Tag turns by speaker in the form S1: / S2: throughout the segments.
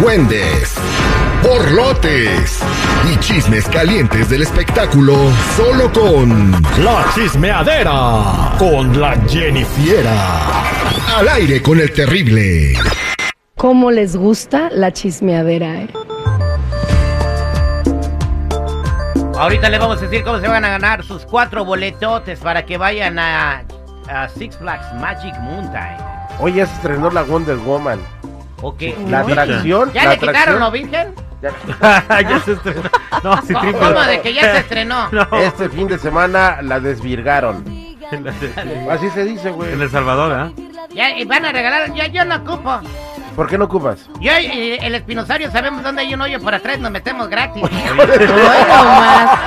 S1: duendes, borlotes y chismes calientes del espectáculo solo con Ah,
S2: La chismeadera con la Jennifiera.
S1: Al aire con el terrible.
S3: ¿Cómo les gusta la chismeadera? eh?
S4: Ahorita les vamos a decir cómo se van a ganar sus cuatro boletotes para que vayan a, a Six Flags Magic Mountain.
S5: Hoy ya se estrenó la Wonder Woman.
S4: Ok.
S5: La atracción.
S4: ¿Ya
S5: la
S4: le quitaron,
S5: atracción-
S4: no, Virgen?
S2: ya se estrenó. No, sí,
S4: ¿Cómo
S2: triple.
S4: cómo de que ya se estrenó?
S2: No.
S5: Este fin de semana la desvirgaron. Así se dice,
S2: En
S5: güey.
S2: El Salvador, ¿eh?
S4: Ya, y van a regalar, yo, yo no ocupo.
S5: ¿Por qué no ocupas?
S4: Yo y el espinosario sabemos dónde hay un hoyo por atrás, nos metemos gratis.
S3: Bueno, más.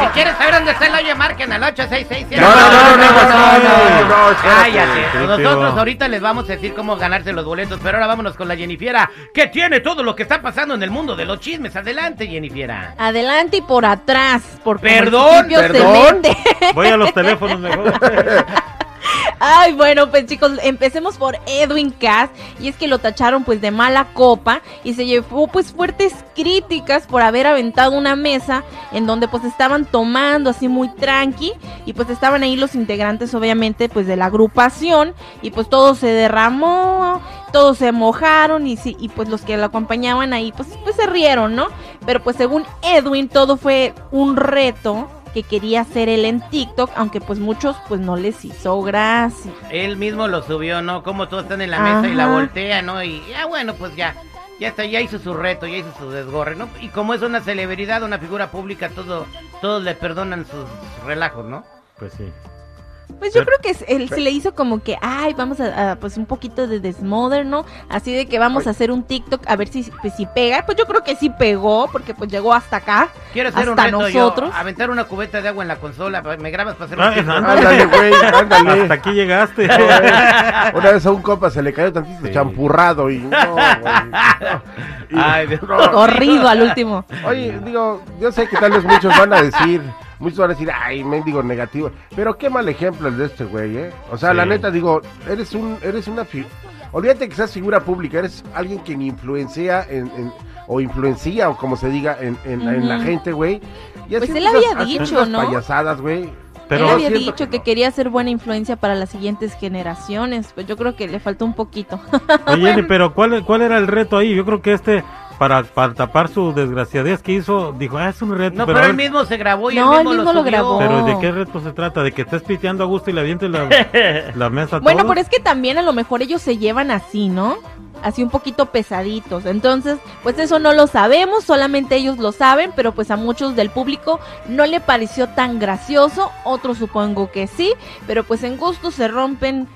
S4: si quieres saber dónde está el hoyo, marquen al 8667.
S5: No, no, no, no, no, no, no, no, espérate.
S4: Cállate.
S2: Estúpido.
S4: Nosotros ahorita les vamos a decir cómo ganarse los boletos, pero ahora vámonos con la Jennifiera, que tiene todo lo que está pasando en el mundo de los chismes. Adelante, Jennifiera.
S6: Adelante y por atrás, porque
S4: Perdón,
S6: por principio se
S5: perdón.
S6: vende.
S2: ¿eh? Voy a los teléfonos mejor.
S6: Ay, bueno, pues chicos, empecemos por Edwin Cass. Y es que lo tacharon pues de mala copa y se llevó pues fuertes críticas por haber aventado una mesa en donde pues estaban tomando así muy tranqui y pues estaban ahí los integrantes obviamente pues de la agrupación y pues todo se derramó, todos se mojaron y sí, y pues los que lo acompañaban ahí pues, pues se rieron, ¿no? Pero pues según Edwin todo fue un reto que quería hacer él en TikTok, aunque pues muchos pues no les hizo gracia.
S4: Él mismo lo subió, ¿no? Como todos están en la mesa y la
S6: Ajá.
S4: voltean, ¿no? Y ya, bueno, pues ya. Ya está, ya hizo su reto, ya hizo su desgorre, ¿no? Y como es una celebridad, una figura pública, todo, todos le perdonan sus relajos, ¿no?
S2: Pues sí.
S6: Pues yo
S2: Pero-
S6: creo que es- él se le hizo como que, ay, vamos a, a, pues un poquito de desmoder, ¿no? Así de que vamos a hacer un TikTok a ver si, pues, si pega. Pues yo creo que sí pegó, porque pues llegó hasta acá.
S4: Quiero hacer un
S6: Hasta
S4: reto
S6: nosotros.
S4: yo, aventar una cubeta de agua en la consola, pa- me grabas para hacer
S2: Ah,
S4: un TikTok?
S2: ajá.
S5: Ándale, güey,
S2: Hasta
S5: ándale.
S2: aquí llegaste.
S5: Una vez a un copa se le cayó tantito
S2: Sí.
S5: champurrado y no, güey. Y-
S4: Ay, Dios.
S6: Corrido al último.
S5: Oye, digo, yo sé que tal vez muchos van a decir, muchos van a decir, ay, mendigo negativo, pero qué mal ejemplo el de este güey, ¿eh? O sea,
S2: Sí.
S5: la neta, digo, eres un, eres una fi- olvídate que seas figura pública, eres alguien quien influencia en, en- o influencia, o como se diga, en, en- en la
S6: Ujú.
S5: gente, güey. Y
S6: Pues
S5: haciendo
S6: él había
S5: esas- haciendo
S6: dicho,
S5: esas
S6: ¿no?
S5: payasadas, güey.
S2: Pero
S6: él había
S5: siento
S6: dicho
S5: que
S6: que,
S5: no.
S6: quería ser buena influencia para las siguientes generaciones. Pues yo creo que le faltó un poquito.
S2: Oye, Jenny, pero ¿cuál, ¿cuál era el reto ahí? Yo creo que este, para, para tapar su desgraciadez que hizo, dijo, ah, es un reto.
S4: No,
S2: pero
S4: pero
S2: a
S4: él
S2: ver,
S4: mismo se grabó y
S6: No,
S4: él
S6: él
S4: mismo,
S6: mismo lo
S4: subió.
S6: grabó.
S2: pero ¿de qué reto se trata? ¿De que estés piteando a gusto y le avientes la, la mesa a
S6: Bueno,
S2: todos?
S6: pero es que también a lo mejor ellos se llevan así, ¿no? Así un poquito pesaditos. Entonces, pues eso no lo sabemos, solamente ellos lo saben, pero pues a muchos del público no le pareció tan gracioso, otros supongo que sí, pero pues en gusto se rompen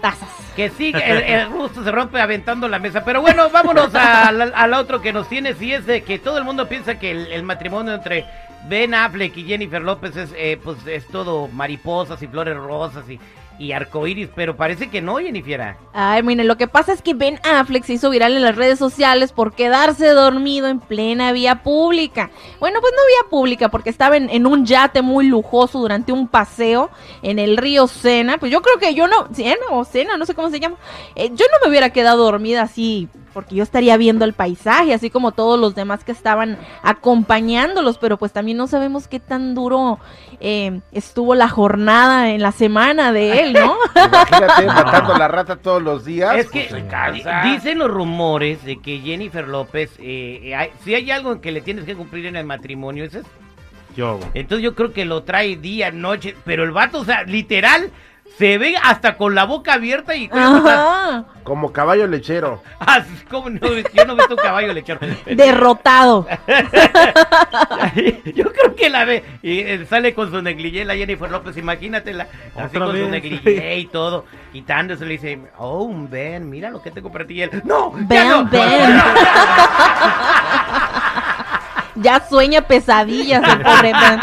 S6: tazas.
S4: Que sí, el, el gusto se rompe aventando la mesa. Pero bueno, vámonos a la- al otro que nos tiene. Si es de que todo el mundo piensa que el, el matrimonio entre Ben Affleck y Jennifer López es, eh, pues, es todo mariposas y flores rosas y, y arcoíris. Pero parece que no, Jennifer.
S6: Ay, miren, lo que pasa es que Ben Affleck se hizo viral en las redes sociales por quedarse dormido en plena vía pública. Bueno, pues no vía pública, porque estaba en, en un yate muy lujoso durante un paseo en el río Sena. Pues yo creo que yo no, Sena o Sena, no sé cómo se llama. Eh, yo no me hubiera quedado dormida así, porque yo estaría viendo el paisaje, así como todos los demás que estaban acompañándolos, pero pues también no sabemos qué tan duro eh, estuvo la jornada en la semana de él, ¿no?
S5: Imagínate matando la rata todos los días.
S4: Es que
S5: pues, se cansa.
S4: di- dicen los rumores de que Jennifer López, eh, eh, hay- si hay algo en que le tienes que cumplir en el matrimonio, es eso.
S2: Yo,
S4: Entonces yo creo que lo trae día, noche, pero el vato, o sea, literal, se ve hasta con la boca abierta y
S6: Ajá.
S5: Como caballo lechero.
S4: así como no, yo no veo tu caballo lechero.
S6: derrotado.
S4: yo creo que la ve y eh, sale con su negligé la Jennifer López, imagínatela, así
S2: Otra
S4: con su
S2: vez.
S4: negligé y todo, quitándose, le dice, oh, Ben, mira lo que tengo para ti, y él, no, ya
S6: Ben,
S4: no.
S6: Ben. Ya sueña pesadillas el pobre Ben.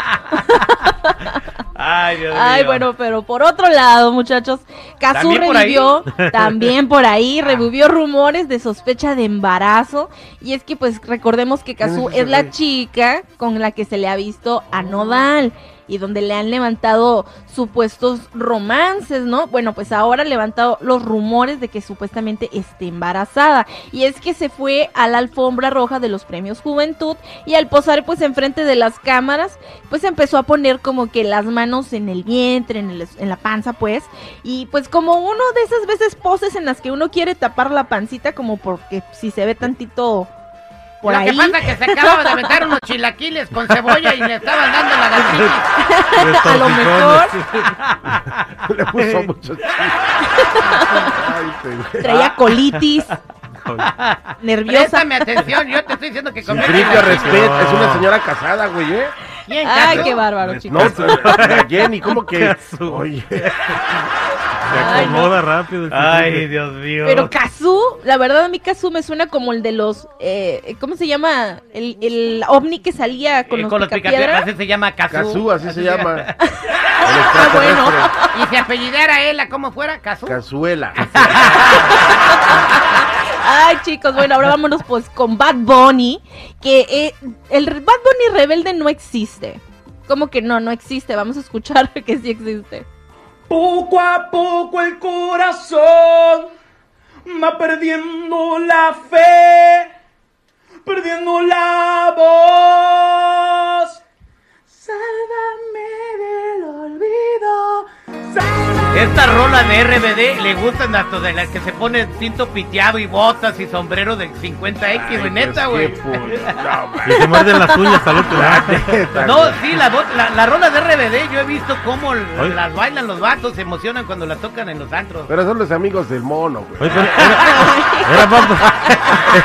S4: Ay, Dios
S6: Ay,
S4: mío.
S6: bueno, pero por otro lado, muchachos, Kazu
S4: También por ahí. Ah.
S6: revivió, también por ahí, revivió rumores de sospecha de embarazo. Y es que, pues, recordemos que Kazu
S5: ¿Quién es ese
S6: es la
S5: güey?
S6: chica con la que se le ha visto a Nodal. y donde le han levantado supuestos romances, ¿no? Bueno, pues ahora ha levantado los rumores de que supuestamente esté embarazada. Y es que se fue a la alfombra roja de los premios Juventud y al posar pues enfrente de las cámaras, pues empezó a poner como que las manos en el vientre, en, el- en la panza pues, y pues como uno de esas veces poses en las que uno quiere tapar la pancita como porque si se ve tantito por
S4: Lo
S6: ahí.
S4: que pasa es que se acababa de aventar unos chilaquiles con cebolla y le estaban dando la gastritis.
S6: A lo mejor
S5: Le puso mucho chile. Ay, este te-
S6: traía colitis
S4: Ah.
S6: nerviosa.
S4: Préstame atención, yo te estoy diciendo que comí
S5: Silvia,
S4: chilaquiles.
S5: respeto, es una señora casada, güey, ¿eh?
S4: ¿Quién
S6: Ay,
S4: cazó?
S6: qué bárbaro,
S5: No,
S6: chicos.
S5: la Jenny, ¿cómo que?
S2: Casu.
S5: Oye,
S2: Se
S6: Ay, no.
S2: acomoda rápido. el
S4: Ay,
S2: chiquillo.
S4: Dios mío.
S6: Pero Kazú, la verdad a mí Kazú me suena como el de los, eh, ¿cómo se llama? El, el ovni que salía con
S4: Eh,
S6: los,
S4: con los
S6: picapiedra.
S4: picapiedras, así se llama Cazú.
S5: Cazú, así se llama. El
S6: bueno.
S5: extraterrestre.
S4: Y se apellidara él, ¿a cómo fuera? Cazú.
S5: Cazuela.
S6: Ay, chicos, bueno, ahora vámonos pues con Bad Bunny, que eh, el Bad Bunny rebelde no existe. ¿Cómo que no? No existe. Vamos a escuchar que sí existe.
S7: Poco a poco el corazón va perdiendo la fe, perdiendo la voz. Sálvame del olvido. Sálvame.
S4: Esta rola de RBD le gustan hasta de las que se pone cinto piteado y botas y sombrero del 50X,
S5: pues
S4: güey, neta, güey.
S2: Y se muerden las uñas al otro lado.
S4: No, sí, la, bot- la, la rola de RBD yo he visto cómo l-
S2: Oye.
S4: las bailan los vatos, se emocionan cuando las tocan en los antros.
S5: Pero son los amigos del mono, güey.
S2: Oye, pero era, era Bad Bu-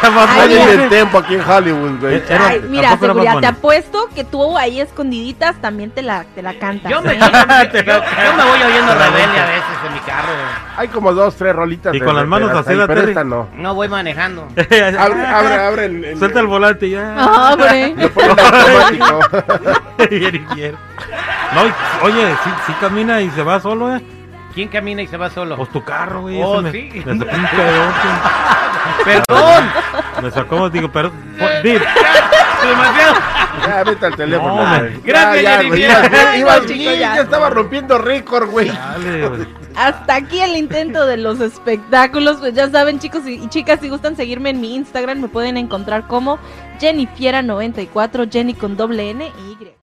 S2: era Bad
S6: Ay,
S5: Hay
S2: Bunny,
S6: mira.
S5: en
S2: güey.
S5: el tempo aquí en Hollywood, güey.
S2: Era-
S6: Ay, mira,
S2: tampoco era Bad
S6: seguridad,
S2: Bunny.
S6: te apuesto que tú ahí escondiditas también te la, te la cantas.
S4: Yo me,
S6: ¿eh?
S4: yo, yo me voy oyendo rebelde a veces en mi carro.
S5: Hay como dos, tres rolitas.
S2: Y
S5: de-
S2: con las
S5: de-
S2: manos
S5: de-
S2: así,
S5: ahí,
S2: la
S5: Pero
S2: Terry.
S5: esta no.
S4: No voy manejando.
S5: Abre, abre, abre. El, el-
S2: este, Suelta el volante y ya.
S6: Ah, hombre.
S5: lo pone en automático.
S2: Bien, y bien. No, y- oye, sí, sí camina y se va solo, ¿eh?
S4: ¿Quién camina y se va solo?
S2: Pues tu carro, güey.
S4: Oh,
S2: ese me,
S4: sí.
S2: me sacó un pedote.
S4: ¡Perdón!
S2: Me sacó, digo, pero. pues, di,
S4: ¡Demasiado!
S5: Ya, vete al teléfono.
S2: No,
S5: Ya,
S2: güey.
S4: Gracias,
S5: ya,
S4: Jenny,
S5: güey,
S4: mira.
S5: ibas bien,
S6: Ay, no,
S5: ibas
S6: chico,
S5: bien,
S6: ya.
S5: ya estaba rompiendo récord, güey.
S2: dale, güey.
S6: Hasta aquí el intento de los espectáculos. Pues ya saben, chicos y y chicas, si gustan seguirme en mi Instagram, me pueden encontrar como Jennifiera94, Jenny con doble N y Y.